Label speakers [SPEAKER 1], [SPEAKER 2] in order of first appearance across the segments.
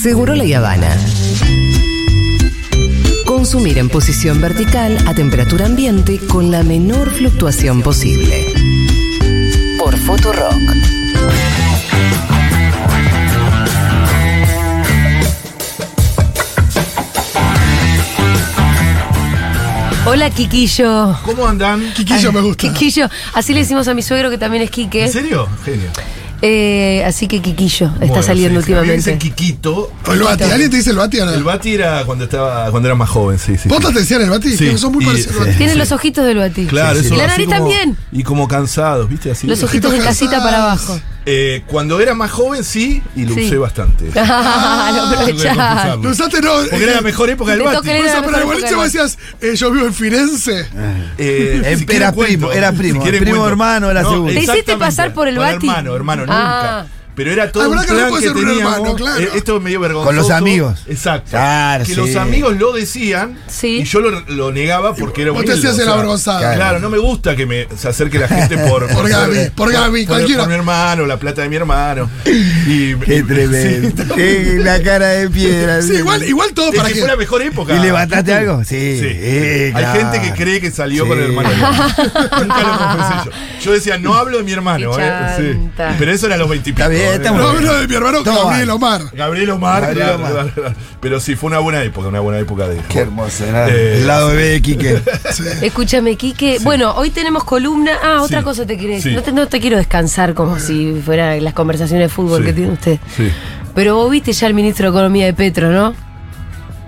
[SPEAKER 1] Seguro la Habana. Consumir en posición vertical a temperatura ambiente con la menor fluctuación posible. Por Futurock.
[SPEAKER 2] Hola, Quiquillo.
[SPEAKER 3] ¿Cómo andan?
[SPEAKER 4] Quiquillo me gusta.
[SPEAKER 2] Quiquillo. Así le decimos a mi suegro que también es Quique.
[SPEAKER 3] ¿En serio? Genio.
[SPEAKER 2] Eh, así que Quiquillo está
[SPEAKER 3] Bueno,
[SPEAKER 2] saliendo
[SPEAKER 3] sí, sí. A mí me
[SPEAKER 2] últimamente.
[SPEAKER 3] dicen Kikito.
[SPEAKER 2] Oh,
[SPEAKER 4] O el Bati. ¿Alguien te dice el Bati o no?
[SPEAKER 3] El Bati era cuando estaba cuando era más joven, sí, sí.
[SPEAKER 4] ¿Vos te decían el Bati?
[SPEAKER 3] Sí,
[SPEAKER 4] Porque son muy
[SPEAKER 3] y-
[SPEAKER 4] parecidos al
[SPEAKER 3] sí.
[SPEAKER 4] Bati.
[SPEAKER 2] Tiene los ojitos del batir.
[SPEAKER 3] Claro, eso.
[SPEAKER 2] Y la
[SPEAKER 3] así
[SPEAKER 2] nariz
[SPEAKER 3] como-
[SPEAKER 2] también.
[SPEAKER 3] Y como cansados, ¿viste? Así.
[SPEAKER 2] Los ojitos de
[SPEAKER 4] Ojitos
[SPEAKER 2] casita para
[SPEAKER 4] cansados.
[SPEAKER 2] abajo.
[SPEAKER 3] Eh, cuando era más joven, sí, y lo
[SPEAKER 2] Sí. Ah,
[SPEAKER 3] usé bastante.
[SPEAKER 2] Lo aprovechás.
[SPEAKER 4] Lo usaste no.
[SPEAKER 3] Porque era la
[SPEAKER 4] eh,
[SPEAKER 3] mejor época del
[SPEAKER 2] Te
[SPEAKER 3] Bati.
[SPEAKER 2] toca
[SPEAKER 4] o
[SPEAKER 2] leer-
[SPEAKER 4] sea,
[SPEAKER 2] Era la
[SPEAKER 4] pero
[SPEAKER 2] mejor
[SPEAKER 4] el boliche
[SPEAKER 2] época.
[SPEAKER 4] vos decías, eh, yo vivo en Firenze.
[SPEAKER 3] Eh,
[SPEAKER 5] Era
[SPEAKER 3] quieren
[SPEAKER 5] primo, era primo,
[SPEAKER 3] quieren
[SPEAKER 5] primo hermano era seguro. Te
[SPEAKER 2] hiciste
[SPEAKER 3] exactamente,
[SPEAKER 2] pasar por el
[SPEAKER 3] con
[SPEAKER 2] Bati.
[SPEAKER 3] Hermano, hermano,
[SPEAKER 2] Ah.
[SPEAKER 3] nunca. Pero era todo
[SPEAKER 4] Ah,
[SPEAKER 3] un
[SPEAKER 4] ¿verdad que no
[SPEAKER 3] plan
[SPEAKER 4] puede
[SPEAKER 3] que
[SPEAKER 4] ser un
[SPEAKER 3] teníamos.
[SPEAKER 4] hermano? Claro.
[SPEAKER 3] Eh, Esto es medio vergonzoso.
[SPEAKER 5] Con los amigos.
[SPEAKER 3] Exacto.
[SPEAKER 4] Ah,
[SPEAKER 5] Claro,
[SPEAKER 3] que
[SPEAKER 5] sí.
[SPEAKER 3] los amigos lo decían
[SPEAKER 2] Sí.
[SPEAKER 3] y yo lo, lo negaba porque era
[SPEAKER 4] Vos
[SPEAKER 3] un
[SPEAKER 4] te hacías el avergonzado.
[SPEAKER 3] Claro. no me gusta que me se acerque la gente por...
[SPEAKER 4] Por Gaby, por Gaby, cualquiera.
[SPEAKER 3] Por mi hermano, la plata de mi hermano. Y,
[SPEAKER 5] Qué tremendo. Qué- la cara de piedra.
[SPEAKER 4] Sí, igual,
[SPEAKER 3] eh,
[SPEAKER 4] igual todo
[SPEAKER 3] Es
[SPEAKER 4] para
[SPEAKER 3] que
[SPEAKER 4] que.
[SPEAKER 3] Este fue la mejor época. Este
[SPEAKER 5] ¿Y levantaste algo? Sí.
[SPEAKER 3] Sí.
[SPEAKER 5] eh,
[SPEAKER 3] Hay
[SPEAKER 5] claro.
[SPEAKER 3] gente que cree que salió
[SPEAKER 5] Sí.
[SPEAKER 3] con el hermano. de Gaby. Nunca lo confesé yo. Yo decía, no hablo de mi hermano.
[SPEAKER 2] Qué
[SPEAKER 3] eh. Sí.
[SPEAKER 2] chanta.
[SPEAKER 3] Pero eso era a los 20 y pico,
[SPEAKER 5] Está bien,
[SPEAKER 3] eh.
[SPEAKER 5] está muy
[SPEAKER 4] No,
[SPEAKER 5] bien.
[SPEAKER 4] no, de mi hermano
[SPEAKER 5] Todo
[SPEAKER 4] Gabriel
[SPEAKER 5] mal.
[SPEAKER 4] Omar.
[SPEAKER 3] Gabriel Omar.
[SPEAKER 5] Gabriel
[SPEAKER 3] claro,
[SPEAKER 5] Omar.
[SPEAKER 3] claro, claro. Pero sí, fue una buena época, una buena época de...
[SPEAKER 5] Qué hermoso. ¿no?
[SPEAKER 3] Eh,
[SPEAKER 5] el lado B de Quique.
[SPEAKER 2] Escúchame, Quique. Bueno, hoy tenemos columna. Ah, otra
[SPEAKER 3] Sí.
[SPEAKER 2] cosa te querés.
[SPEAKER 3] Sí.
[SPEAKER 2] No, te, no te quiero descansar como si fueran las conversaciones de fútbol
[SPEAKER 3] Sí.
[SPEAKER 2] que tiene usted.
[SPEAKER 3] Sí.
[SPEAKER 2] Pero vos viste ya al ministro de Economía de Petro, ¿no?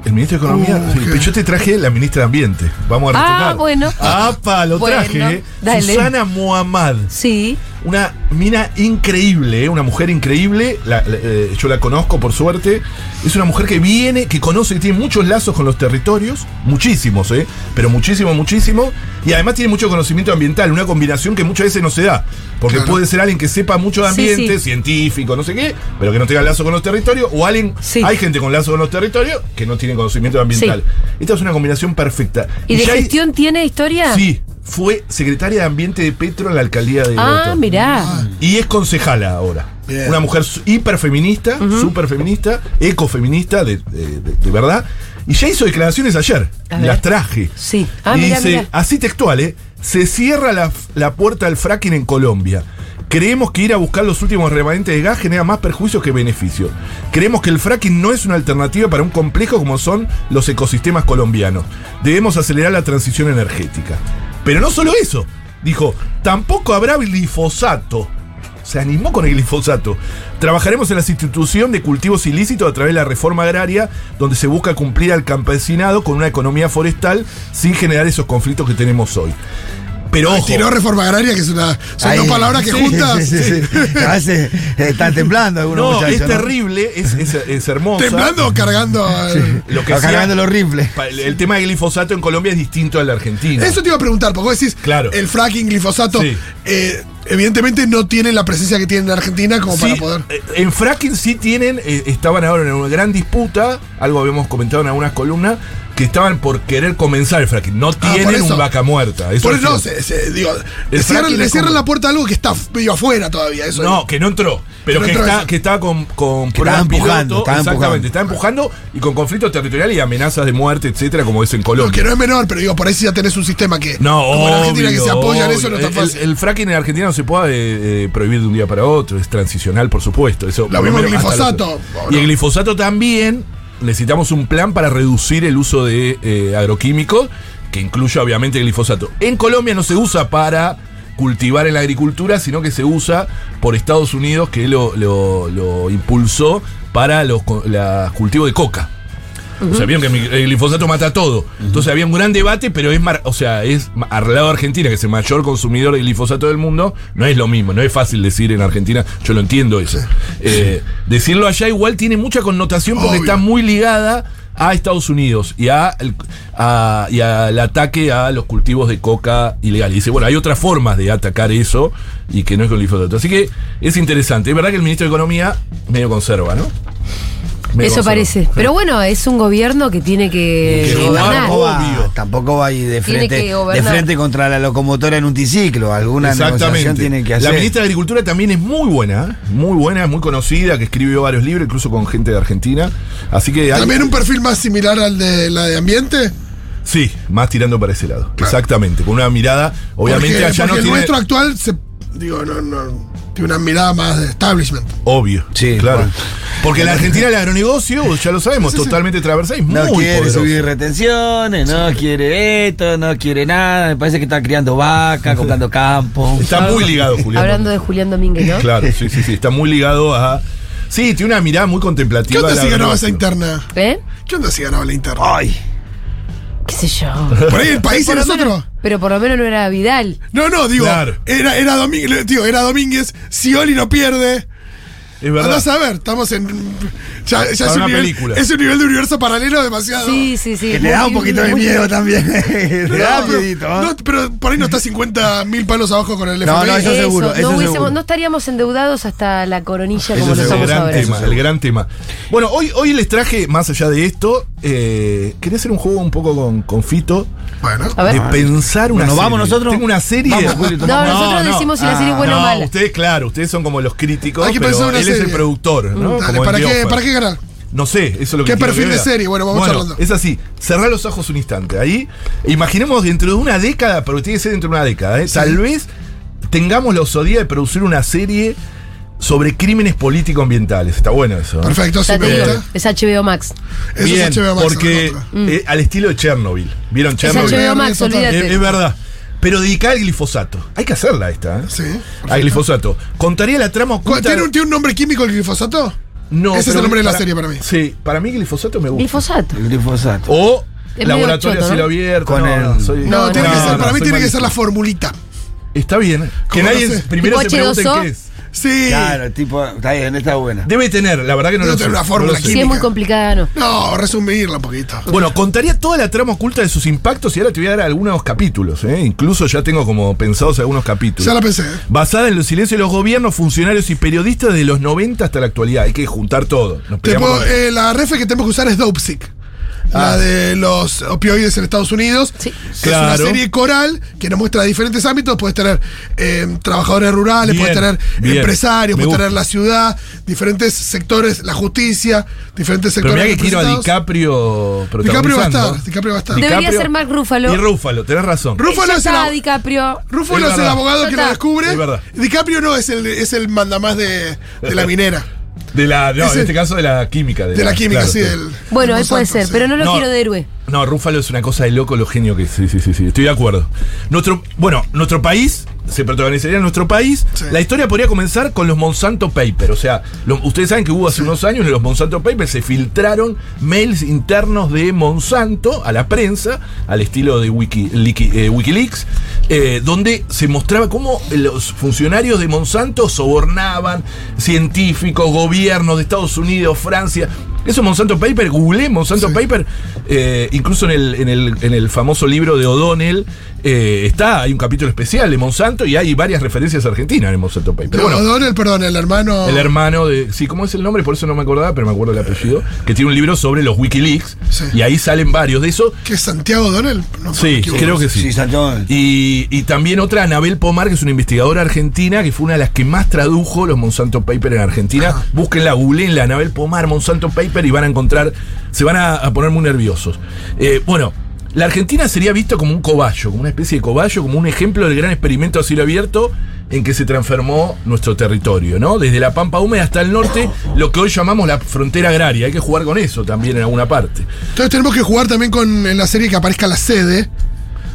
[SPEAKER 3] El ministro de Economía.
[SPEAKER 5] Uh,
[SPEAKER 3] sí, pero yo te traje la ministra de Ambiente. Vamos a
[SPEAKER 2] Ah,
[SPEAKER 3] retocar.
[SPEAKER 2] bueno.
[SPEAKER 3] Apa, lo
[SPEAKER 2] Bueno,
[SPEAKER 3] traje. eh.
[SPEAKER 2] dale.
[SPEAKER 3] Susana Muhammad.
[SPEAKER 2] Sí.
[SPEAKER 3] Una mina increíble, eh, una mujer increíble. La- la- eh, yo la conozco, por suerte. Es una mujer que viene, que conoce, que tiene muchos lazos con los territorios. Muchísimos, ¿eh? Pero muchísimo, muchísimo. Y además tiene mucho conocimiento ambiental. Una combinación que muchas veces no se da. Porque
[SPEAKER 4] Claro.
[SPEAKER 3] puede ser alguien que sepa mucho de
[SPEAKER 2] Sí,
[SPEAKER 3] ambiente,
[SPEAKER 2] sí.
[SPEAKER 3] científico, no sé qué, pero que no tenga lazo con los territorios. O alguien.
[SPEAKER 2] Sí.
[SPEAKER 3] Hay gente con lazo con los territorios que no tiene conocimiento ambiental. Esta es una combinación perfecta.
[SPEAKER 2] ¿Y de
[SPEAKER 3] ya hay-
[SPEAKER 2] gestión tiene historia?
[SPEAKER 3] Sí, fue secretaria de Ambiente de Petro en la alcaldía de
[SPEAKER 2] Ah,
[SPEAKER 3] Devoto.
[SPEAKER 2] mirá.
[SPEAKER 3] Y es concejala ahora.
[SPEAKER 4] Bien.
[SPEAKER 3] Una mujer su- hiperfeminista, superfeminista, ecofeminista, de, de- de- de verdad. Y ya hizo declaraciones ayer.
[SPEAKER 2] A ver.
[SPEAKER 3] Las traje.
[SPEAKER 2] Sí. Ah,
[SPEAKER 3] y
[SPEAKER 2] mirá,
[SPEAKER 3] dice,
[SPEAKER 2] mirá.
[SPEAKER 3] así textual, ¿eh? Se cierra la, la puerta al fracking en Colombia. Creemos que ir a buscar los últimos remanentes de gas genera más perjuicios que beneficios. Creemos que el fracking no es una alternativa para un complejo como son los ecosistemas colombianos. Debemos acelerar la transición energética. Pero no solo eso, dijo, tampoco habrá glifosato. Se animó con el glifosato. Trabajaremos en la sustitución de cultivos ilícitos a través de la reforma agraria, donde se busca cumplir al campesinado con una economía forestal sin generar esos conflictos que tenemos hoy. Pero ojo,
[SPEAKER 4] Tiró reforma agraria, que es una. Son
[SPEAKER 5] Ahí.
[SPEAKER 4] dos palabras que
[SPEAKER 5] Sí,
[SPEAKER 4] juntas.
[SPEAKER 5] Sí, sí, sí. A veces está temblando algunos
[SPEAKER 3] no,
[SPEAKER 5] muchachos.
[SPEAKER 3] es terrible, es, es- es hermosa.
[SPEAKER 4] Temblando o cargando. al-
[SPEAKER 3] Lo que
[SPEAKER 5] O
[SPEAKER 3] sea,
[SPEAKER 5] cargando los rifles.
[SPEAKER 3] pa- El, el tema del glifosato en Colombia es distinto al de Argentina.
[SPEAKER 4] Eso te iba a preguntar, porque vos decís,
[SPEAKER 3] Claro.
[SPEAKER 4] el fracking, glifosato,
[SPEAKER 3] Sí.
[SPEAKER 4] eh, evidentemente no tienen la presencia que tienen en Argentina como para
[SPEAKER 3] Sí,
[SPEAKER 4] poder.
[SPEAKER 3] eh, En fracking sí tienen, eh, estaban ahora en una gran disputa, algo habíamos comentado en algunas columnas, que estaban por querer comenzar el fracking. No
[SPEAKER 4] Ah, por
[SPEAKER 3] tienen
[SPEAKER 4] eso.
[SPEAKER 3] un vaca muerta. eso
[SPEAKER 4] Por
[SPEAKER 3] es
[SPEAKER 4] eso, no,
[SPEAKER 3] cierto.
[SPEAKER 4] se- se- digo, le
[SPEAKER 3] El
[SPEAKER 4] cierran,
[SPEAKER 3] fracking
[SPEAKER 4] le
[SPEAKER 3] es
[SPEAKER 4] cierran
[SPEAKER 3] como-
[SPEAKER 4] la puerta a algo que está medio afuera todavía. Eso
[SPEAKER 3] No, que no entró, pero
[SPEAKER 4] no
[SPEAKER 3] que,
[SPEAKER 4] entró
[SPEAKER 3] está,
[SPEAKER 4] eso.
[SPEAKER 3] que estaba con, con
[SPEAKER 5] Que estaba empujando, estaba
[SPEAKER 3] exactamente,
[SPEAKER 5] empujando.
[SPEAKER 3] está empujando y con conflictos territoriales y amenazas de muerte, etcétera, como es en
[SPEAKER 4] No,
[SPEAKER 3] Colombia.
[SPEAKER 4] que no es menor, pero digo, por ahí sí ya tenés un sistema que.
[SPEAKER 3] No,
[SPEAKER 4] como en Argentina que
[SPEAKER 3] obvio,
[SPEAKER 4] se apoya en eso no
[SPEAKER 3] obvio.
[SPEAKER 4] está
[SPEAKER 3] El-
[SPEAKER 4] fácil.
[SPEAKER 3] El, fracking en Argentina no se puede eh, prohibir de un día para otro, es transicional, por supuesto. Eso,
[SPEAKER 4] Lo
[SPEAKER 3] por
[SPEAKER 4] mismo el
[SPEAKER 3] menos hasta
[SPEAKER 4] glifosato,
[SPEAKER 3] los-
[SPEAKER 4] ¿o no?
[SPEAKER 3] Y el glifosato también, necesitamos un plan para reducir el uso de eh, agroquímicos, que incluye obviamente el glifosato. En Colombia no se usa para cultivar en la agricultura, sino que se usa por Estados Unidos, que lo, lo- lo impulsó para los co- la- cultivos de coca. O sea, vieron que mi- el glifosato mata todo. Entonces había un gran debate, pero es, mar- o sea, es ma- al lado de Argentina, que es el mayor consumidor de glifosato del mundo, no es lo mismo, no es fácil decir en Argentina, yo lo entiendo eso. Eh, decirlo allá igual tiene mucha connotación porque
[SPEAKER 4] Obvio.
[SPEAKER 3] está muy ligada a Estados Unidos y, a el- a- y al ataque a los cultivos de coca ilegal. Y dice, bueno, hay otras formas de atacar eso y que no es con glifosato. Así que es interesante. Es verdad que el ministro de Economía medio conserva, ¿no? Me
[SPEAKER 2] Eso
[SPEAKER 3] conservo.
[SPEAKER 2] parece. Pero bueno, es un gobierno que tiene que
[SPEAKER 3] Que
[SPEAKER 5] Y
[SPEAKER 2] gobernar.
[SPEAKER 5] tampoco, va,
[SPEAKER 3] Obvio.
[SPEAKER 5] tampoco va ahí de
[SPEAKER 2] Eh, Tiene
[SPEAKER 5] frente,
[SPEAKER 2] que
[SPEAKER 5] de
[SPEAKER 2] gobernar.
[SPEAKER 5] frente contra la locomotora en un triciclo. Alguna negociación tiene que hacer.
[SPEAKER 3] La ministra de Agricultura también es muy buena, ¿eh? muy buena, muy conocida, que escribió varios libros, incluso con gente de Argentina. Así que hay-
[SPEAKER 4] También un perfil más similar al de la de ambiente.
[SPEAKER 3] sí, más tirando para ese lado. Exactamente, con una mirada, obviamente
[SPEAKER 4] porque,
[SPEAKER 3] allá
[SPEAKER 4] porque
[SPEAKER 3] no
[SPEAKER 4] el
[SPEAKER 3] tiene
[SPEAKER 4] nuestro actual se, digo, no, no, tiene una mirada más de establishment.
[SPEAKER 3] obvio.
[SPEAKER 5] Sí,
[SPEAKER 3] claro.
[SPEAKER 5] bueno.
[SPEAKER 3] Porque en la Argentina el agronegocio, ya lo sabemos, totalmente traversal y muy
[SPEAKER 5] No quiere
[SPEAKER 3] poderoso.
[SPEAKER 5] subir retenciones, no quiere esto, no quiere nada. Me parece que está criando vaca, comprando campo.
[SPEAKER 3] Está muy ligado, Julián.
[SPEAKER 2] Hablando de Julián Domínguez, ¿no?
[SPEAKER 3] Claro, sí, sí, sí, está muy ligado a Sí, tiene una mirada muy
[SPEAKER 4] ¿Qué
[SPEAKER 3] contemplativa.
[SPEAKER 4] onda
[SPEAKER 3] del
[SPEAKER 4] si ganaba esa
[SPEAKER 3] agronegocio.
[SPEAKER 4] interna?
[SPEAKER 2] ¿Eh?
[SPEAKER 4] ¿Qué onda si ganaba la interna?
[SPEAKER 5] Ay,
[SPEAKER 2] ¿Qué sé yo?
[SPEAKER 4] Por ahí el país y
[SPEAKER 2] Por lo
[SPEAKER 4] nosotros.
[SPEAKER 2] menos- pero por lo menos no era Vidal.
[SPEAKER 4] No, no, digo,
[SPEAKER 3] Claro.
[SPEAKER 4] era, era Domínguez, digo, era Domínguez, si Oli no pierde,
[SPEAKER 3] Es verdad.
[SPEAKER 4] andás a ver, estamos en ya, ya
[SPEAKER 3] Para
[SPEAKER 4] es, un
[SPEAKER 3] una
[SPEAKER 4] nivel,
[SPEAKER 3] película.
[SPEAKER 4] es un nivel de universo paralelo demasiado.
[SPEAKER 2] Sí, sí, sí.
[SPEAKER 5] que le da
[SPEAKER 2] Muy-
[SPEAKER 5] un poquito de
[SPEAKER 2] muy-
[SPEAKER 5] miedo también. Le da
[SPEAKER 4] No, pero,
[SPEAKER 5] miedito, ¿eh?
[SPEAKER 4] no, pero por ahí no está 50 mil palos abajo con el
[SPEAKER 5] No,
[SPEAKER 4] FMI.
[SPEAKER 5] no, eso
[SPEAKER 2] Eso,
[SPEAKER 5] seguro,
[SPEAKER 2] no,
[SPEAKER 5] eso
[SPEAKER 2] hubiésemos-
[SPEAKER 5] seguro.
[SPEAKER 2] no estaríamos endeudados hasta la coronilla
[SPEAKER 5] Eso
[SPEAKER 2] como
[SPEAKER 3] Ese
[SPEAKER 2] lo
[SPEAKER 3] es el
[SPEAKER 2] estamos
[SPEAKER 3] gran
[SPEAKER 2] ahora.
[SPEAKER 3] tema, el gran tema. Bueno, hoy, hoy les traje, más allá de esto, eh, quería hacer un juego un poco con, con Fito,
[SPEAKER 4] Bueno,
[SPEAKER 2] A ver.
[SPEAKER 3] de pensar una
[SPEAKER 5] Bueno,
[SPEAKER 3] serie.
[SPEAKER 5] vamos nosotros.
[SPEAKER 3] Tengo una serie.
[SPEAKER 5] Vamos, Julio,
[SPEAKER 2] No, Ah, nosotros
[SPEAKER 3] no. Ah,
[SPEAKER 2] decimos si la serie es buena
[SPEAKER 3] no,
[SPEAKER 2] o mala.
[SPEAKER 3] ustedes, claro, ustedes son como los críticos,
[SPEAKER 4] Hay que
[SPEAKER 3] pero
[SPEAKER 4] pensar
[SPEAKER 3] él
[SPEAKER 4] una
[SPEAKER 3] es el
[SPEAKER 4] serie.
[SPEAKER 3] productor, ¿no?
[SPEAKER 4] dale,
[SPEAKER 3] Como
[SPEAKER 4] ¿para
[SPEAKER 3] el pues.
[SPEAKER 4] qué,
[SPEAKER 3] Biofer.
[SPEAKER 4] ¿para qué ganar?
[SPEAKER 3] No sé, eso es lo que
[SPEAKER 4] ¿Qué
[SPEAKER 3] quiero
[SPEAKER 4] perfil
[SPEAKER 3] que
[SPEAKER 4] de
[SPEAKER 3] vea.
[SPEAKER 4] serie? Bueno, vamos charlando.
[SPEAKER 3] Es así, cerrar los ojos un instante. Ahí, imaginemos dentro de una década, pero tiene que ser dentro de una década, ¿eh? tal vez tengamos la osadía de producir una serie sobre crímenes político-ambientales. Está bueno eso. ¿eh?
[SPEAKER 4] Perfecto, sí
[SPEAKER 2] Ya
[SPEAKER 4] me
[SPEAKER 2] te digo,
[SPEAKER 4] gusta.
[SPEAKER 2] es HBO Max.
[SPEAKER 4] Eso
[SPEAKER 3] Bien,
[SPEAKER 4] es HBO Max.
[SPEAKER 3] porque
[SPEAKER 4] no, no, no.
[SPEAKER 3] eh, al estilo de Chernobyl. ¿Vieron
[SPEAKER 2] Mm. Es
[SPEAKER 3] Chernobyl?
[SPEAKER 2] HBO Max,
[SPEAKER 4] Total.
[SPEAKER 3] Es,
[SPEAKER 2] olvídate.
[SPEAKER 3] es verdad. Pero dedicada al glifosato. Hay que hacerla esta, ¿eh?
[SPEAKER 4] Sí, perfecto.
[SPEAKER 3] Al glifosato. Contaría la trama
[SPEAKER 4] ¿Cuál-
[SPEAKER 3] oculta.
[SPEAKER 4] ¿Tiene, un, ¿Tiene un nombre químico el glifosato?
[SPEAKER 3] No,
[SPEAKER 4] Ese es
[SPEAKER 3] pero
[SPEAKER 4] el nombre de la
[SPEAKER 3] para-
[SPEAKER 4] serie para mí.
[SPEAKER 3] Sí, para mí glifosato me gusta.
[SPEAKER 2] Glifosato.
[SPEAKER 5] El glifosato.
[SPEAKER 3] o
[SPEAKER 2] Es
[SPEAKER 3] laboratorio
[SPEAKER 2] medio
[SPEAKER 3] a
[SPEAKER 2] choto,
[SPEAKER 3] cielo
[SPEAKER 2] ¿no?
[SPEAKER 3] abierto.
[SPEAKER 5] Con el-
[SPEAKER 3] soy-
[SPEAKER 4] No,
[SPEAKER 2] No,
[SPEAKER 4] tiene
[SPEAKER 2] no,
[SPEAKER 4] que ser,
[SPEAKER 2] no,
[SPEAKER 4] para mí
[SPEAKER 3] soy
[SPEAKER 4] tiene que
[SPEAKER 3] malísimo.
[SPEAKER 4] ser la formulita.
[SPEAKER 3] Está bien. Que
[SPEAKER 4] ¿Cómo
[SPEAKER 3] nadie
[SPEAKER 4] no sé?
[SPEAKER 3] primero se
[SPEAKER 2] Tipo
[SPEAKER 3] pregunten
[SPEAKER 2] H2O.
[SPEAKER 3] qué es.
[SPEAKER 4] Sí.
[SPEAKER 5] Claro, tipo, está bien, está buena.
[SPEAKER 3] Debe tener, la verdad que no
[SPEAKER 4] Debe
[SPEAKER 3] lo sé,
[SPEAKER 4] tener una
[SPEAKER 3] no lo
[SPEAKER 4] fórmula
[SPEAKER 3] sé.
[SPEAKER 4] química.
[SPEAKER 2] Si es muy complicada, no.
[SPEAKER 4] No, resumirla un poquito.
[SPEAKER 3] Bueno, contaría toda la trama oculta de sus impactos y ahora te voy a dar algunos capítulos. ¿eh? Incluso ya tengo como pensados algunos capítulos.
[SPEAKER 4] Ya la pensé. ¿eh?
[SPEAKER 3] Basada en los silencios de los gobiernos, funcionarios y periodistas de los 90 hasta la actualidad. Hay que juntar todo. Nos
[SPEAKER 4] Te
[SPEAKER 3] pegamos
[SPEAKER 4] puedo-
[SPEAKER 3] con-
[SPEAKER 4] eh, la ref que tenemos que usar es Dopesick.
[SPEAKER 3] Ah.
[SPEAKER 4] La de los opioides en Estados Unidos.
[SPEAKER 2] Sí.
[SPEAKER 4] Que Es
[SPEAKER 3] Claro.
[SPEAKER 4] una serie coral que nos muestra diferentes ámbitos. Puedes tener eh, trabajadores rurales,
[SPEAKER 3] Bien,
[SPEAKER 4] puedes tener
[SPEAKER 3] bien.
[SPEAKER 4] empresarios,
[SPEAKER 3] Me
[SPEAKER 4] puedes
[SPEAKER 3] gusta.
[SPEAKER 4] tener la ciudad, diferentes sectores, la justicia, diferentes
[SPEAKER 3] Pero
[SPEAKER 4] sectores.
[SPEAKER 3] mirá que quiero a
[SPEAKER 4] representados.
[SPEAKER 3] DiCaprio
[SPEAKER 4] DiCaprio va a
[SPEAKER 3] protagonizando.
[SPEAKER 4] estar, DiCaprio va a estar.
[SPEAKER 2] Debería ser Mark Ruffalo.
[SPEAKER 3] Y Rúfalo, tenés razón.
[SPEAKER 4] Rúfalo
[SPEAKER 2] Ya
[SPEAKER 4] es el
[SPEAKER 2] está
[SPEAKER 4] ab-
[SPEAKER 2] DiCaprio.
[SPEAKER 4] Rufo
[SPEAKER 3] Es
[SPEAKER 4] es el
[SPEAKER 3] verdad.
[SPEAKER 4] abogado que
[SPEAKER 2] Total.
[SPEAKER 4] lo descubre.
[SPEAKER 3] Es verdad.
[SPEAKER 4] DiCaprio no es el, es el mandamás de, de la minera.
[SPEAKER 3] De la, no, en
[SPEAKER 4] Ese-
[SPEAKER 3] este caso de la química. De,
[SPEAKER 4] De la química,
[SPEAKER 3] claro,
[SPEAKER 4] sí. del-
[SPEAKER 2] Bueno,
[SPEAKER 4] del
[SPEAKER 2] él puede
[SPEAKER 4] Monsanto,
[SPEAKER 2] ser,
[SPEAKER 4] sí.
[SPEAKER 2] pero no lo
[SPEAKER 3] No.
[SPEAKER 2] quiero de héroe.
[SPEAKER 3] No, Rúfalo es una cosa de loco lo genio que es. Sí, sí, sí, sí. Estoy de acuerdo. Nuestro, bueno, nuestro país, se protagonizaría en nuestro país.
[SPEAKER 4] Sí.
[SPEAKER 3] La historia podría comenzar con los Monsanto Papers. O sea, lo- ustedes saben que hubo hace unos años en los Monsanto Papers se filtraron mails internos de Monsanto a la prensa, al estilo de Wiki- Liki- eh, Wikileaks, eh, donde se mostraba cómo los funcionarios de Monsanto sobornaban científicos, gobiernos de Estados Unidos, Francia. Eso Monsanto Paper, googleé Monsanto Paper, eh, incluso en el, en, el, en el famoso libro de O'Donnell eh, está, hay un capítulo especial de Monsanto y hay varias referencias argentinas en Monsanto Paper.
[SPEAKER 4] Pero
[SPEAKER 3] bueno,
[SPEAKER 4] O'Donnell, perdón, el hermano.
[SPEAKER 3] el hermano de, sí, ¿cómo es el nombre? Por eso no me acordaba, pero me acuerdo el apellido, que tiene un libro sobre los Wikileaks
[SPEAKER 4] Sí.
[SPEAKER 3] y ahí salen varios de eso.
[SPEAKER 4] ¿Que es Santiago O'Donnell? No, me
[SPEAKER 3] Sí,
[SPEAKER 4] equivoco.
[SPEAKER 3] creo que sí.
[SPEAKER 5] Sí, Santiago.
[SPEAKER 3] Y, y también otra, Anabel Pomar, que es una investigadora argentina, que fue una de las que más tradujo los Monsanto Paper en Argentina. Búsquenla, googleenla, Anabel Pomar, Monsanto Paper, y van a encontrar, se van a, a poner muy nerviosos. Eh, bueno, la Argentina sería visto como un cobayo, como una especie de cobayo, como un ejemplo del gran experimento a cielo abierto en que se transformó nuestro territorio, ¿no? Desde la Pampa Húmeda hasta el norte, lo que hoy llamamos la frontera agraria. Hay que jugar con eso también en alguna parte.
[SPEAKER 4] Entonces tenemos que jugar también con en la serie que aparezca la sede,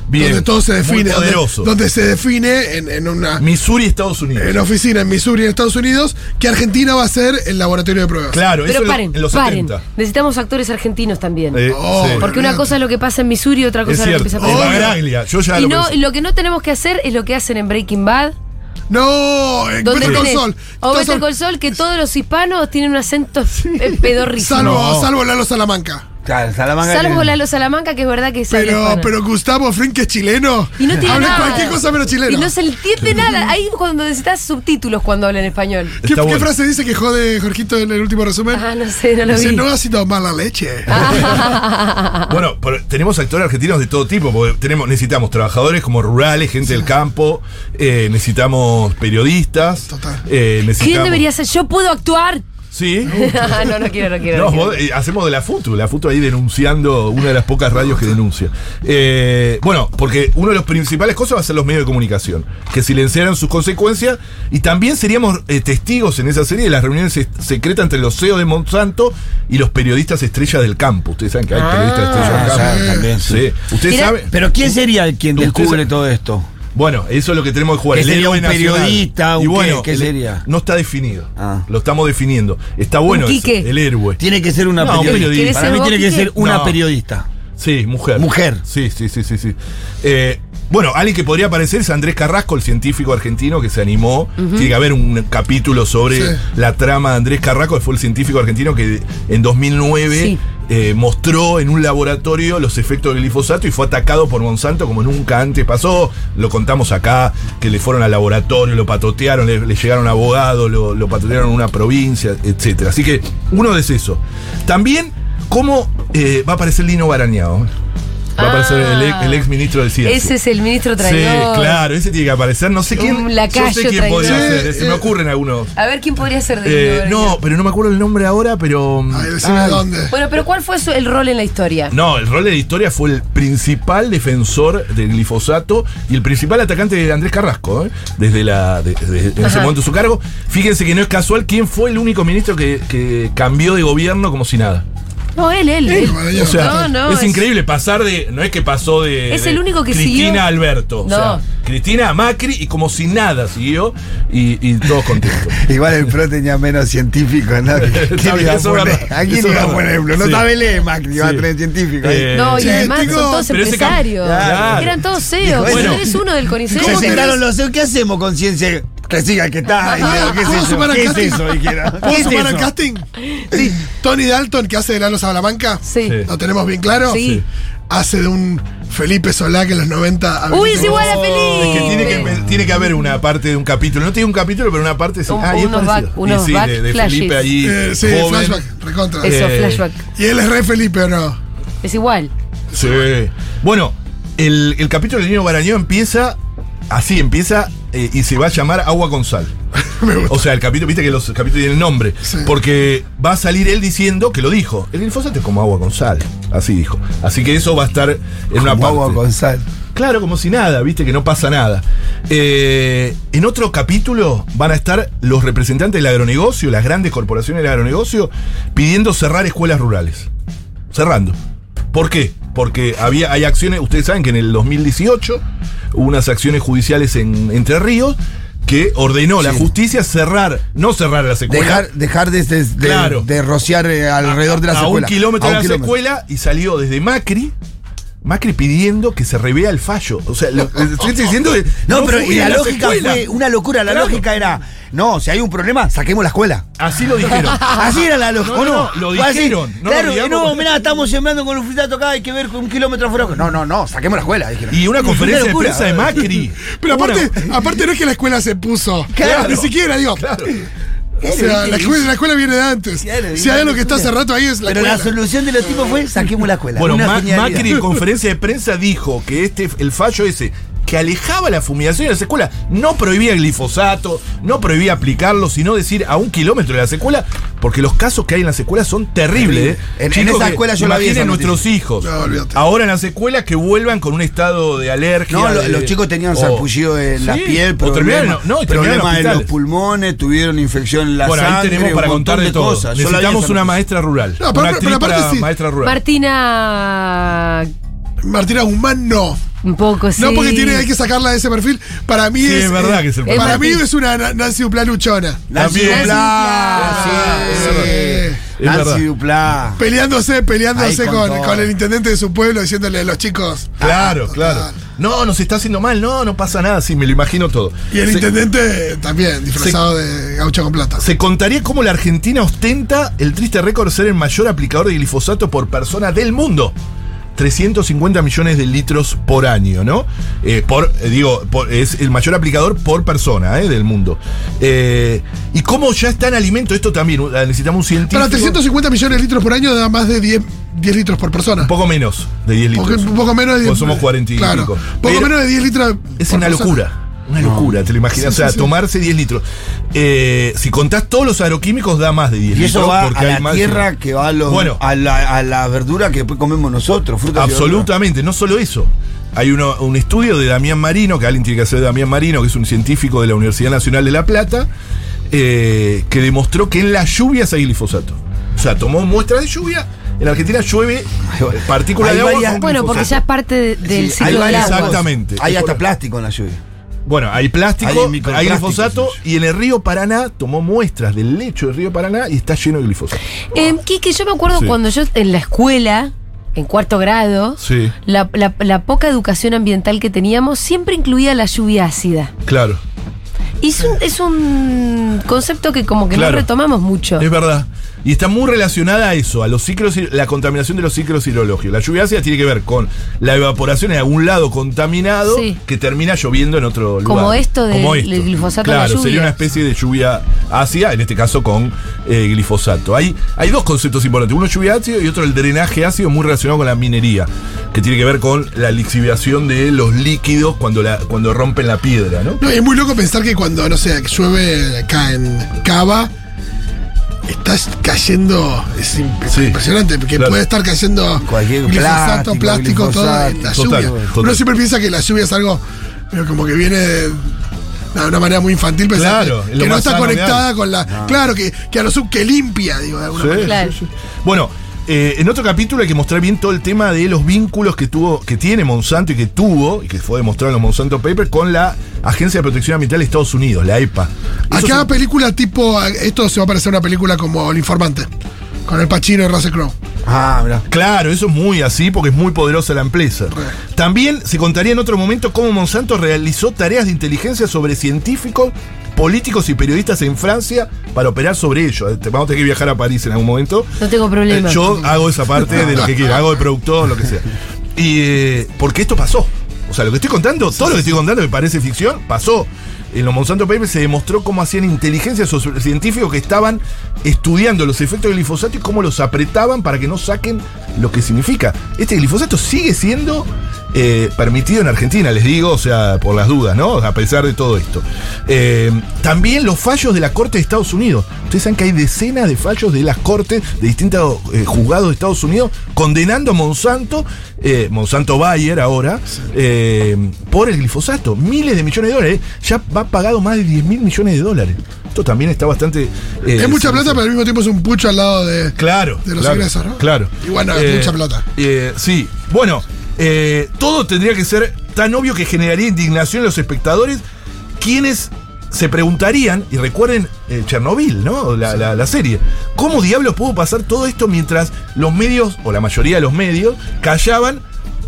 [SPEAKER 3] Bien.
[SPEAKER 4] donde todo se
[SPEAKER 3] Muy
[SPEAKER 4] define. donde-
[SPEAKER 3] poderoso.
[SPEAKER 4] Donde, se define en, en una
[SPEAKER 3] Missouri, Estados Unidos.
[SPEAKER 4] en oficina en Missouri, en Estados Unidos, que Argentina va a ser el laboratorio de pruebas.
[SPEAKER 3] Claro, eso
[SPEAKER 2] Pero
[SPEAKER 3] en lo-
[SPEAKER 2] paren,
[SPEAKER 3] en los
[SPEAKER 2] paren.
[SPEAKER 3] 70.
[SPEAKER 2] Necesitamos actores argentinos también.
[SPEAKER 3] Eh,
[SPEAKER 4] Oh,
[SPEAKER 3] sí.
[SPEAKER 2] Porque una
[SPEAKER 4] olvídate.
[SPEAKER 2] cosa es lo que pasa en Missouri y otra
[SPEAKER 3] Es
[SPEAKER 2] cosa es lo que
[SPEAKER 3] cierto, Oh,
[SPEAKER 2] empieza a
[SPEAKER 3] es
[SPEAKER 2] pasar.
[SPEAKER 3] Bagaglia, yo ya
[SPEAKER 2] Y
[SPEAKER 3] lo
[SPEAKER 2] no,
[SPEAKER 3] pensé.
[SPEAKER 2] lo que no tenemos que hacer es lo que hacen en Breaking Bad.
[SPEAKER 4] No, en
[SPEAKER 2] Donde
[SPEAKER 4] Better Call
[SPEAKER 2] tenés,
[SPEAKER 4] Saul.
[SPEAKER 2] o Better
[SPEAKER 4] Todo-
[SPEAKER 2] Call Saul, que todos los hispanos tienen un acento eh, pedorrísimo.
[SPEAKER 4] Salvo, salvo Lalo Salamanca.
[SPEAKER 5] Claro, Salamanca.
[SPEAKER 2] Salvo
[SPEAKER 5] que-
[SPEAKER 2] Lalo Salamanca, que es verdad que es
[SPEAKER 4] Pero,
[SPEAKER 2] anglosajón.
[SPEAKER 4] pero Gustavo Fring, que es chileno.
[SPEAKER 2] Y no tiene
[SPEAKER 4] habla
[SPEAKER 2] nada.
[SPEAKER 4] cualquier cosa menos chileno.
[SPEAKER 2] Y no se entiende nada. Ahí es cuando necesitas subtítulos cuando hablan español.
[SPEAKER 4] ¿Qué,
[SPEAKER 3] Está
[SPEAKER 4] qué
[SPEAKER 3] bueno.
[SPEAKER 4] frase dice que jode Jorgito en el último resumen?
[SPEAKER 2] Ah, no sé, no lo
[SPEAKER 4] Dice,
[SPEAKER 2] vi. Ah.
[SPEAKER 4] no ha sido mala leche.
[SPEAKER 3] Bueno, pero tenemos actores argentinos de todo tipo, porque tenemos, necesitamos trabajadores como rurales, gente del campo, eh, necesitamos periodistas.
[SPEAKER 4] Total.
[SPEAKER 3] eh, necesitamos-
[SPEAKER 2] ¿Quién debería ser? ¿Yo puedo actuar? Ah,
[SPEAKER 3] Sí.
[SPEAKER 2] no, no quiero, no quiero.
[SPEAKER 3] No,
[SPEAKER 2] No, quiero.
[SPEAKER 3] vos, eh, hacemos de la FUTU, la FUTU ahí denunciando, una de las pocas radios que denuncia. Eh, bueno, porque una de las principales cosas va a ser los medios de comunicación, que silenciaran sus consecuencias y también seríamos eh, testigos en esa serie de las reuniones se- secretas entre los CEO de Monsanto y los periodistas estrellas del campo. Ustedes saben que hay periodistas
[SPEAKER 5] Ah,
[SPEAKER 3] estrellas del campo.
[SPEAKER 5] sabe también, sí.
[SPEAKER 3] Sí. Ustedes
[SPEAKER 2] Mirá,
[SPEAKER 3] saben.
[SPEAKER 5] Pero ¿quién sería el quien
[SPEAKER 3] Tú-
[SPEAKER 5] descubre
[SPEAKER 3] tú-
[SPEAKER 5] todo esto?
[SPEAKER 3] Bueno, eso es lo que tenemos que jugar.
[SPEAKER 5] ¿Qué
[SPEAKER 3] el
[SPEAKER 5] sería
[SPEAKER 3] héroe
[SPEAKER 5] un
[SPEAKER 3] nacional.
[SPEAKER 5] periodista, un
[SPEAKER 3] Y bueno,
[SPEAKER 5] qué? ¿Qué
[SPEAKER 3] el-
[SPEAKER 5] sería?
[SPEAKER 3] No está definido.
[SPEAKER 5] Ah.
[SPEAKER 3] Lo estamos definiendo. Está bueno eso,
[SPEAKER 2] Quique.
[SPEAKER 3] el héroe.
[SPEAKER 5] Tiene que ser una
[SPEAKER 3] No, un
[SPEAKER 5] periodista.
[SPEAKER 3] periodista.
[SPEAKER 5] Para mí
[SPEAKER 2] ¿Querés ser
[SPEAKER 5] tiene que
[SPEAKER 2] vos,
[SPEAKER 5] ser
[SPEAKER 2] Quique?
[SPEAKER 5] una
[SPEAKER 3] No.
[SPEAKER 5] periodista.
[SPEAKER 3] Sí, mujer.
[SPEAKER 5] Mujer.
[SPEAKER 3] Sí, sí, sí, sí, sí. Eh, bueno, alguien que podría aparecer es Andrés Carrasco, el científico argentino que se animó. Tiene que haber un capítulo sobre
[SPEAKER 4] Sí.
[SPEAKER 3] la trama de Andrés Carrasco, que fue el científico argentino que en 2009
[SPEAKER 2] Sí.
[SPEAKER 3] eh, mostró en un laboratorio los efectos del glifosato y fue atacado por Monsanto como nunca antes pasó. Lo contamos acá, que le fueron al laboratorio, lo patotearon, le, le llegaron abogados, lo, lo patotearon en una provincia, etcétera. Así que uno es eso. También, ¿cómo eh, va a aparecer Lino Barañao? Va a aparecer
[SPEAKER 2] Ah.
[SPEAKER 3] el, ex- el ex ministro de Ciencia.
[SPEAKER 2] Ese es el ministro traidor.
[SPEAKER 3] Sí, claro, ese tiene que aparecer. No sé quién.
[SPEAKER 2] Un
[SPEAKER 3] yo
[SPEAKER 2] lacayo
[SPEAKER 3] sé quién
[SPEAKER 2] traidor.
[SPEAKER 3] podría
[SPEAKER 4] Eh,
[SPEAKER 3] ser. Se me
[SPEAKER 4] eh.
[SPEAKER 3] ocurren algunos.
[SPEAKER 2] A ver quién podría ser de
[SPEAKER 3] Eh,
[SPEAKER 2] Lino
[SPEAKER 3] no,
[SPEAKER 2] Bergamo?
[SPEAKER 3] pero no me acuerdo el nombre ahora, pero.
[SPEAKER 4] Ay, decime
[SPEAKER 3] ay.
[SPEAKER 4] dónde.
[SPEAKER 2] Bueno, pero ¿cuál fue su- el rol en la historia?
[SPEAKER 3] No, el rol de la historia fue el principal defensor del glifosato y el principal atacante de Andrés Carrasco, ¿eh? desde, la, de- de- en ese
[SPEAKER 2] Ajá.
[SPEAKER 3] momento su cargo. Fíjense que no es casual quién fue el único ministro que, que cambió de gobierno como si nada.
[SPEAKER 2] No, él, él.
[SPEAKER 4] Sí,
[SPEAKER 2] él.
[SPEAKER 4] maravilloso.
[SPEAKER 3] O sea,
[SPEAKER 2] No, no,
[SPEAKER 3] es,
[SPEAKER 2] es-
[SPEAKER 3] increíble pasar de. No es que pasó de.
[SPEAKER 2] Es
[SPEAKER 3] de
[SPEAKER 2] el único que
[SPEAKER 3] Cristina
[SPEAKER 2] siguió.
[SPEAKER 3] a Alberto. O sea,
[SPEAKER 2] No.
[SPEAKER 3] Cristina a Macri y como si nada siguió y, y todos contentos.
[SPEAKER 6] Igual el PRO tenía menos científicos, ¿no? ¿Quién
[SPEAKER 3] Está bien,
[SPEAKER 6] iba a
[SPEAKER 3] eso es
[SPEAKER 6] poner-
[SPEAKER 3] verdad.
[SPEAKER 6] ¿A quién
[SPEAKER 3] Eso es
[SPEAKER 6] iba a
[SPEAKER 3] verdad.
[SPEAKER 6] poner? No
[SPEAKER 3] Sí.
[SPEAKER 6] estaba Belén, Macri, iba a
[SPEAKER 3] Sí.
[SPEAKER 6] tener científicos.
[SPEAKER 3] Eh,
[SPEAKER 2] No, y
[SPEAKER 4] Sí,
[SPEAKER 2] además
[SPEAKER 4] tengo-
[SPEAKER 2] son todos
[SPEAKER 3] pero ese cam-
[SPEAKER 2] empresarios.
[SPEAKER 3] Claro.
[SPEAKER 2] Eran todos CEOs.
[SPEAKER 6] Bueno.
[SPEAKER 2] Tú eres uno del CONICET.
[SPEAKER 6] ¿Cómo
[SPEAKER 4] ¿Cómo
[SPEAKER 6] sentaron
[SPEAKER 4] tenés-
[SPEAKER 6] los CEOs? ¿Qué hacemos con ciencia? Que siga el que está. y- ¿Qué
[SPEAKER 4] ¿Cómo
[SPEAKER 6] es eso?
[SPEAKER 4] sumar al
[SPEAKER 6] ¿Qué es
[SPEAKER 4] casting?
[SPEAKER 6] eso? Dijera.
[SPEAKER 4] ¿Puedo
[SPEAKER 6] ¿Qué es
[SPEAKER 4] sumar al
[SPEAKER 6] eso?
[SPEAKER 4] casting? Tony Dalton, que hace de Lalo Salamanca.
[SPEAKER 2] Sí.
[SPEAKER 3] Sí.
[SPEAKER 4] ¿Lo tenemos bien claro?
[SPEAKER 2] Sí.
[SPEAKER 4] Hace de un Felipe Solá que en los 90.
[SPEAKER 2] Uy,
[SPEAKER 4] habilitó-
[SPEAKER 2] es igual a
[SPEAKER 3] Oh, Es que tiene,
[SPEAKER 2] Felipe.
[SPEAKER 3] que tiene que haber una parte de un capítulo. No tiene un capítulo, pero una parte. sí.
[SPEAKER 2] Un-
[SPEAKER 3] ah, y es
[SPEAKER 2] unos
[SPEAKER 3] parecido.
[SPEAKER 2] back- unos
[SPEAKER 3] Y sí, de, de
[SPEAKER 2] backflashes.
[SPEAKER 3] Felipe ahí.
[SPEAKER 4] Eh, sí,
[SPEAKER 3] joven.
[SPEAKER 4] flashback, recontra.
[SPEAKER 2] Eso,
[SPEAKER 3] Eh,
[SPEAKER 2] flashback.
[SPEAKER 4] Y él es re Felipe, ¿o no?
[SPEAKER 2] Es igual.
[SPEAKER 3] Sí. Bueno, el, el capítulo de Niño Barañó empieza así, empieza eh, y se va a llamar Agua con Sal.
[SPEAKER 4] Me gusta.
[SPEAKER 3] O sea, el capítulo, viste que los capítulos tienen nombre.
[SPEAKER 4] Sí.
[SPEAKER 3] Porque va a salir él diciendo que lo dijo. El glifosato es como agua con sal. Así dijo. Así que eso va a estar en una parte.
[SPEAKER 6] Guau, Gonzalo.
[SPEAKER 3] Claro, como si nada, viste que no pasa nada. Eh, en otro capítulo van a estar los representantes del agronegocio, las grandes corporaciones del agronegocio, pidiendo cerrar escuelas rurales. Cerrando. ¿Por qué? Porque había, hay acciones, ustedes saben que en el 2018 hubo unas acciones judiciales en Entre Ríos que ordenó la justicia cerrar, no cerrar las escuelas.
[SPEAKER 6] Dejar, dejar de, de- de-
[SPEAKER 3] Claro.
[SPEAKER 6] de rociar eh, alrededor de la
[SPEAKER 3] a
[SPEAKER 6] escuela.
[SPEAKER 3] un kilómetro de la secuela y salió desde Macri. Macri pidiendo que se revea el fallo. O sea, lo, le estoy diciendo que
[SPEAKER 6] No, pero y
[SPEAKER 3] fui a
[SPEAKER 6] la
[SPEAKER 3] las
[SPEAKER 6] lógica
[SPEAKER 3] escuelas.
[SPEAKER 6] fue una locura. La
[SPEAKER 3] Claro.
[SPEAKER 6] lógica era, no, si hay un problema, saquemos la escuela.
[SPEAKER 3] Así lo dijeron.
[SPEAKER 6] Así era la lógica.
[SPEAKER 3] No,
[SPEAKER 6] ¿o
[SPEAKER 3] no, no, lo
[SPEAKER 6] Fue así.
[SPEAKER 3] dijeron, no lo
[SPEAKER 6] claro, eh,
[SPEAKER 3] digamos
[SPEAKER 6] no,
[SPEAKER 3] porque-
[SPEAKER 6] mirá, estamos sembrando con un fritato acá, hay que ver con un kilómetro afuera. No, no, no, saquemos la escuela, dijeron.
[SPEAKER 3] Y una conferencia de
[SPEAKER 6] locura.
[SPEAKER 3] prensa de Macri.
[SPEAKER 4] Pero
[SPEAKER 3] Una-
[SPEAKER 4] aparte, aparte no es que la escuela se puso.
[SPEAKER 6] Claro.
[SPEAKER 4] Ni siquiera, digo.
[SPEAKER 3] Claro.
[SPEAKER 4] O sea, la escuela, la escuela viene de antes.
[SPEAKER 6] Claro,
[SPEAKER 4] si hay algo que está hace rato ahí es la
[SPEAKER 6] Pero la
[SPEAKER 4] escuela.
[SPEAKER 6] solución de los tipos fue, saquemos la escuela.
[SPEAKER 3] Bueno,
[SPEAKER 6] Una
[SPEAKER 3] Ma-
[SPEAKER 6] genialidad.
[SPEAKER 3] Macri en conferencia de prensa dijo que este, el fallo ese que alejaba la fumigación de las escuelas, no prohibía el glifosato, no prohibía aplicarlo, sino decir a un kilómetro de la escuela, porque los casos que hay en las escuelas son terribles. ¿eh?
[SPEAKER 6] En- en
[SPEAKER 3] Chicos
[SPEAKER 6] esa
[SPEAKER 3] que
[SPEAKER 6] escuela yo la vi
[SPEAKER 3] imaginen
[SPEAKER 6] esa noticia.
[SPEAKER 3] nuestros hijos.
[SPEAKER 4] No, olvídate.
[SPEAKER 3] Ahora en las escuelas que vuelvan con un estado de alergia.
[SPEAKER 6] No, lo-
[SPEAKER 3] de-
[SPEAKER 6] los chicos tenían
[SPEAKER 3] o-
[SPEAKER 6] sarpullido en la
[SPEAKER 3] Oh. Sí,
[SPEAKER 6] piel,
[SPEAKER 3] o terminaron,
[SPEAKER 6] problemas,
[SPEAKER 3] no, y terminaron
[SPEAKER 6] problemas en
[SPEAKER 3] en
[SPEAKER 6] los
[SPEAKER 3] hospitales.
[SPEAKER 6] pulmones, tuvieron infección en la
[SPEAKER 3] Bueno, ahí
[SPEAKER 6] sangre,
[SPEAKER 3] tenemos para
[SPEAKER 6] un
[SPEAKER 3] contar
[SPEAKER 6] montón
[SPEAKER 3] de, todo.
[SPEAKER 6] cosas. Yo la vi
[SPEAKER 3] Necesitamos
[SPEAKER 6] esa
[SPEAKER 3] una
[SPEAKER 6] noticia.
[SPEAKER 3] maestra rural.
[SPEAKER 4] No, pero-
[SPEAKER 3] una
[SPEAKER 4] pero
[SPEAKER 3] actriz
[SPEAKER 4] aparte
[SPEAKER 3] para
[SPEAKER 4] sí.
[SPEAKER 3] maestra rural.
[SPEAKER 2] Martina.
[SPEAKER 4] Martina Guzmán no.
[SPEAKER 2] Un poco, sí.
[SPEAKER 4] No, porque tiene, hay que sacarla de ese perfil. Para mí
[SPEAKER 3] Sí,
[SPEAKER 4] es. eh,
[SPEAKER 3] es verdad que es el
[SPEAKER 4] Para
[SPEAKER 2] perfil.
[SPEAKER 4] mí es una Na- Nancy Duplaluchona.
[SPEAKER 6] Nancy
[SPEAKER 3] También.
[SPEAKER 6] Duplá,
[SPEAKER 2] Nancy
[SPEAKER 6] sí,
[SPEAKER 3] Duplá.
[SPEAKER 6] sí.
[SPEAKER 3] Es verdad.
[SPEAKER 4] Eh,
[SPEAKER 3] Es verdad.
[SPEAKER 5] Nancy Duplá.
[SPEAKER 4] Peleándose, peleándose
[SPEAKER 5] Ahí con
[SPEAKER 4] con,
[SPEAKER 5] todo.
[SPEAKER 4] con el intendente de su pueblo, diciéndole a los chicos. ah,
[SPEAKER 3] Claro, claro.
[SPEAKER 4] total.
[SPEAKER 3] No, nos está haciendo mal, no, no pasa nada, sí, me lo imagino todo.
[SPEAKER 4] Y el
[SPEAKER 3] Se-
[SPEAKER 4] intendente también, disfrazado de gaucho con plata.
[SPEAKER 3] Se contaría cómo la Argentina ostenta el triste récord de ser el mayor aplicador de glifosato por persona del mundo. 350 millones de litros por año, ¿no? Eh, por, eh, digo, por- es el mayor aplicador por persona eh, del mundo. Eh, y cómo ya está en alimento, esto también, uh, necesitamos un científico.
[SPEAKER 4] Para 350 millones de litros por año da más de 10, 10 litros por persona.
[SPEAKER 3] Un poco menos de 10
[SPEAKER 4] Porque
[SPEAKER 3] litros.
[SPEAKER 4] un poco menos de 10
[SPEAKER 3] Pues somos 40 y
[SPEAKER 4] claro,
[SPEAKER 3] pico.
[SPEAKER 4] Poco
[SPEAKER 3] Pero-
[SPEAKER 4] menos de 10 litros.
[SPEAKER 3] Es
[SPEAKER 4] por
[SPEAKER 3] una
[SPEAKER 4] persona.
[SPEAKER 3] locura. Una locura, te lo imaginas.
[SPEAKER 4] Sí,
[SPEAKER 3] o sea,
[SPEAKER 4] sí, sí.
[SPEAKER 3] tomarse 10 litros. Eh, si contás todos los agroquímicos, da más de 10
[SPEAKER 6] Y eso
[SPEAKER 3] litros.
[SPEAKER 6] va a la
[SPEAKER 3] más-
[SPEAKER 6] tierra que va a, los,
[SPEAKER 3] Bueno.
[SPEAKER 6] a, la, a la verdura que después comemos nosotros, frutas y verduras.
[SPEAKER 3] Absolutamente, no solo eso. Hay uno- un estudio de Damián Marino, que alguien tiene que hacer de Damián Marino, que es un científico de la Universidad Nacional de La Plata, eh, que demostró que en las lluvias hay glifosato. O sea, tomó muestras de lluvia. En Argentina llueve partículas
[SPEAKER 6] Hay
[SPEAKER 3] de agua.
[SPEAKER 6] varias-
[SPEAKER 3] con
[SPEAKER 2] Bueno, porque ya
[SPEAKER 3] glifosato.
[SPEAKER 2] es parte de- del
[SPEAKER 6] Sí, hay
[SPEAKER 2] ciclo del
[SPEAKER 6] varias-
[SPEAKER 2] agua.
[SPEAKER 3] Exactamente.
[SPEAKER 6] Hay
[SPEAKER 3] Es
[SPEAKER 6] hasta
[SPEAKER 3] por-
[SPEAKER 6] plástico en la lluvia.
[SPEAKER 3] Bueno, hay
[SPEAKER 6] Hay
[SPEAKER 3] plástico, hay,
[SPEAKER 6] microplásticos,
[SPEAKER 3] glifosato, y en el río Paraná tomó muestras del lecho del río Paraná y está lleno de glifosato.
[SPEAKER 2] Eh, Quique, yo me acuerdo
[SPEAKER 3] Sí.
[SPEAKER 2] cuando yo en la escuela, en cuarto grado,
[SPEAKER 3] Sí.
[SPEAKER 2] la, la- la poca educación ambiental que teníamos siempre incluía la lluvia ácida.
[SPEAKER 3] Claro,
[SPEAKER 2] Y es un, es un concepto que como que
[SPEAKER 3] Claro.
[SPEAKER 2] no retomamos mucho.
[SPEAKER 3] es verdad. Y está muy relacionada a eso, a los ciclos, la contaminación de los ciclos hidrológicos. La lluvia ácida tiene que ver con la evaporación en algún lado contaminado
[SPEAKER 2] Sí.
[SPEAKER 3] que termina lloviendo en otro lugar.
[SPEAKER 2] Como esto del- del glifosato en la
[SPEAKER 3] Claro, sería
[SPEAKER 2] lluvia.
[SPEAKER 3] una especie de lluvia ácida, en este caso con eh, glifosato. Hay, hay dos conceptos importantes, uno es lluvia ácida y otro el drenaje ácido muy relacionado con la minería, que tiene que ver con la lixiviación de los líquidos cuando, la, cuando rompen la piedra, ¿no?
[SPEAKER 4] No, y es muy loco pensar que cuando, no sé, que llueve acá en Cava, estás cayendo. Es imp-
[SPEAKER 3] Sí,
[SPEAKER 4] impresionante, porque
[SPEAKER 3] claro.
[SPEAKER 4] puede estar cayendo
[SPEAKER 6] Cualquier
[SPEAKER 4] glifosato,
[SPEAKER 6] plástico,
[SPEAKER 4] plástico, todo en la
[SPEAKER 6] glifosato.
[SPEAKER 3] Total,
[SPEAKER 4] lluvia.
[SPEAKER 3] total.
[SPEAKER 4] Uno siempre piensa que la lluvia es algo pero como que viene de de una manera muy infantil, pensar
[SPEAKER 3] Claro,
[SPEAKER 4] que,
[SPEAKER 3] es lo
[SPEAKER 4] que no
[SPEAKER 3] más
[SPEAKER 4] está
[SPEAKER 3] sano que hay.
[SPEAKER 4] conectada con la. Claro, que, que a lo sub que limpia, digo, de alguna
[SPEAKER 3] Sí,
[SPEAKER 4] manera.
[SPEAKER 2] Claro.
[SPEAKER 3] sí, sí. Bueno, eh, en otro capítulo hay que mostrar bien todo el tema de los vínculos que tuvo, que tiene Monsanto y que tuvo, y que fue demostrado en los Monsanto Papers, con la Agencia de Protección Ambiental de Estados Unidos, la EPA. Eso
[SPEAKER 4] Acá
[SPEAKER 3] es-
[SPEAKER 4] película tipo. Esto se va a parecer a una película como El Informante. Con el Pacino y Russell Crowe.
[SPEAKER 6] Ah, mirá.
[SPEAKER 3] Claro, eso es muy así porque es muy poderosa la empresa. También se contaría en otro momento cómo Monsanto realizó tareas de inteligencia sobre científicos, políticos y periodistas en Francia para operar sobre ellos. Te- Vamos a tener que viajar a París en algún momento.
[SPEAKER 2] No tengo problema.
[SPEAKER 3] Eh, Yo hago esa parte de lo que quiera, hago de productor, lo que sea. Y eh, porque esto pasó. O sea, lo que estoy contando, todo lo que estoy contando me parece ficción, pasó. En los Monsanto Papers se demostró cómo hacían inteligencia sobre científicos que estaban estudiando los efectos del glifosato y cómo los apretaban para que no saquen lo que significa. Este glifosato sigue siendo eh, permitido en Argentina, les digo, o sea, por las dudas, ¿no? A pesar de todo esto. Eh, también los fallos de la Corte de Estados Unidos. Ustedes saben que hay decenas de fallos de las Cortes de distintos eh, juzgados de Estados Unidos condenando a Monsanto, eh, Monsanto Bayer ahora, eh, por el glifosato. Miles de millones de dólares. Ya va pagado más de 10 mil millones de dólares. Esto también está bastante... eh,
[SPEAKER 4] es mucha
[SPEAKER 3] sí,
[SPEAKER 4] plata,
[SPEAKER 3] sí.
[SPEAKER 4] pero al mismo tiempo es un pucho al lado de.
[SPEAKER 3] Claro.
[SPEAKER 4] De los
[SPEAKER 3] claro,
[SPEAKER 4] ingresos, ¿no?
[SPEAKER 3] Claro.
[SPEAKER 4] Y bueno, es mucha plata.
[SPEAKER 3] eh, sí. Bueno, eh, todo tendría que ser tan obvio que generaría indignación en los espectadores, quienes se preguntarían, y recuerden eh, Chernobyl, ¿no? La, la- la serie. ¿Cómo diablos pudo pasar todo esto mientras los medios, o la mayoría de los medios, callaban?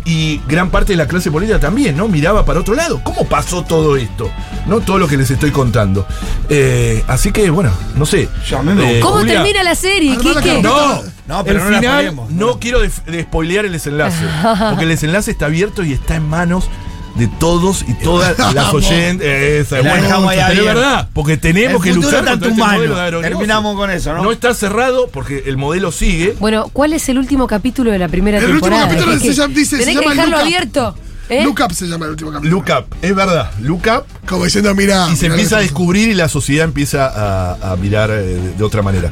[SPEAKER 3] Y gran parte de la clase política también, ¿no? Miraba para otro lado. ¿Cómo pasó todo esto? ¿No? Todo lo que les estoy contando. Eh, así que, bueno, no sé. Eh,
[SPEAKER 6] Llamemos.
[SPEAKER 2] ¿Cómo
[SPEAKER 3] Julia,
[SPEAKER 2] termina la serie,
[SPEAKER 4] Armá la
[SPEAKER 2] Quique?
[SPEAKER 4] carpeta.
[SPEAKER 3] no,
[SPEAKER 6] No, pero
[SPEAKER 3] el
[SPEAKER 6] no la
[SPEAKER 3] final,
[SPEAKER 6] spoilemos, no
[SPEAKER 3] no,
[SPEAKER 6] la
[SPEAKER 3] quiero des- de spoilear el desenlace. Porque el desenlace está abierto y está en manos de todos y todas las oyentes. eh, Esa,
[SPEAKER 6] La
[SPEAKER 3] bueno,
[SPEAKER 6] dejamos ahí
[SPEAKER 3] pero es
[SPEAKER 6] abierta.
[SPEAKER 3] verdad, porque tenemos
[SPEAKER 6] El
[SPEAKER 3] que
[SPEAKER 6] futuro está
[SPEAKER 3] luchar
[SPEAKER 6] en
[SPEAKER 3] contra
[SPEAKER 6] tu
[SPEAKER 3] este
[SPEAKER 6] mano.
[SPEAKER 3] modelo de agronegocio.
[SPEAKER 6] Terminamos con eso, ¿no?
[SPEAKER 3] No está cerrado porque el modelo sigue.
[SPEAKER 2] Bueno, ¿cuál es el último capítulo de la primera
[SPEAKER 4] El último
[SPEAKER 2] temporada?
[SPEAKER 4] capítulo
[SPEAKER 2] Quique?
[SPEAKER 4] se llama- dice, se
[SPEAKER 2] Tenés que
[SPEAKER 4] llama
[SPEAKER 2] dejarlo
[SPEAKER 4] Luca.
[SPEAKER 2] abierto. ¿eh?
[SPEAKER 4] Look Up se llama el último capítulo.
[SPEAKER 3] Look up, es verdad, look up
[SPEAKER 4] Como diciendo, mira.
[SPEAKER 3] y se empieza a
[SPEAKER 4] mirá lo que pasó.
[SPEAKER 3] descubrir y la sociedad empieza a, a mirar eh, de, de otra manera.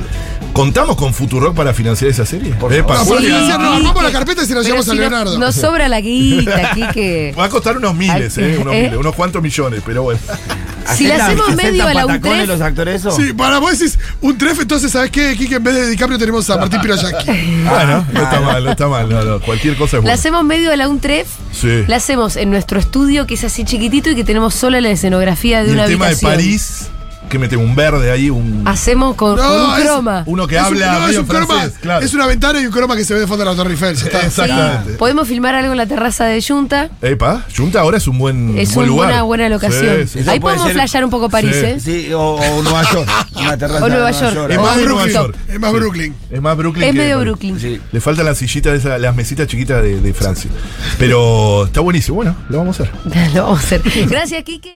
[SPEAKER 3] ¿Contamos con Futurock para financiar esa serie? Eh,
[SPEAKER 6] favor.
[SPEAKER 3] para-
[SPEAKER 4] No, porque
[SPEAKER 2] Sí,
[SPEAKER 4] decía, no,
[SPEAKER 2] Quique.
[SPEAKER 4] armamos la carpeta y se la
[SPEAKER 2] Pero
[SPEAKER 4] llevamos a
[SPEAKER 2] si no-
[SPEAKER 4] Leonardo.
[SPEAKER 2] Nos sobra la guita, Quique.
[SPEAKER 3] Va a costar unos miles,
[SPEAKER 2] Ay,
[SPEAKER 3] eh, unos,
[SPEAKER 2] ¿eh?
[SPEAKER 3] miles, unos cuantos millones, pero bueno.
[SPEAKER 2] Si la hacemos medio a la
[SPEAKER 6] de
[SPEAKER 2] U3,
[SPEAKER 6] los actores eso?
[SPEAKER 3] "Oh".
[SPEAKER 4] Sí, para vos decís un tref, entonces, ¿sabés qué, Kike? En vez de DiCaprio tenemos a Martín Piroyaki.
[SPEAKER 3] Bueno,
[SPEAKER 4] Ah,
[SPEAKER 3] no está mal, no está mal. No, no, cualquier cosa es
[SPEAKER 2] la
[SPEAKER 3] buena.
[SPEAKER 2] hacemos medio a la UNTREF.
[SPEAKER 3] Sí.
[SPEAKER 2] La hacemos en nuestro estudio, que es así chiquitito y que tenemos sola la escenografía de
[SPEAKER 3] Y
[SPEAKER 2] una
[SPEAKER 3] el tema de
[SPEAKER 2] habitación.
[SPEAKER 3] París que metemos un verde ahí, un.
[SPEAKER 2] Hacemos con, con un
[SPEAKER 4] es-
[SPEAKER 2] croma.
[SPEAKER 3] Uno que
[SPEAKER 4] es un-
[SPEAKER 3] habla
[SPEAKER 4] no, es
[SPEAKER 3] medio
[SPEAKER 4] un croma,
[SPEAKER 3] francés, claro.
[SPEAKER 4] Es una ventana y un croma que se ve de fondo de la Torre Eiffel. ya está.
[SPEAKER 3] Exactamente.
[SPEAKER 2] Podemos filmar algo en la terraza de Junta.
[SPEAKER 3] Epa, Junta ahora es un buen,
[SPEAKER 2] Es
[SPEAKER 3] Mm, buen
[SPEAKER 2] un-
[SPEAKER 3] lugar.
[SPEAKER 2] una buena locación.
[SPEAKER 3] Sí, sí, sí.
[SPEAKER 5] Eso
[SPEAKER 2] Ahí
[SPEAKER 5] puede
[SPEAKER 2] podemos
[SPEAKER 5] ser-
[SPEAKER 2] flashear un poco París,
[SPEAKER 3] Sí.
[SPEAKER 2] ¿eh?
[SPEAKER 5] Sí, o, o Nueva York. Una terraza
[SPEAKER 2] O
[SPEAKER 5] de
[SPEAKER 2] Nueva York.
[SPEAKER 4] Es
[SPEAKER 3] O
[SPEAKER 4] más
[SPEAKER 3] Brooklyn.
[SPEAKER 4] Brooklyn.
[SPEAKER 3] York.
[SPEAKER 4] Es más Brooklyn.
[SPEAKER 3] Es más Brooklyn.
[SPEAKER 2] Es
[SPEAKER 3] que-
[SPEAKER 2] medio Brooklyn.
[SPEAKER 5] Sí.
[SPEAKER 3] Le faltan las sillitas, esas, las mesitas chiquitas de, de Francia. Pero está buenísimo. Bueno, lo vamos a hacer.
[SPEAKER 2] Lo vamos a hacer. Gracias, Quique.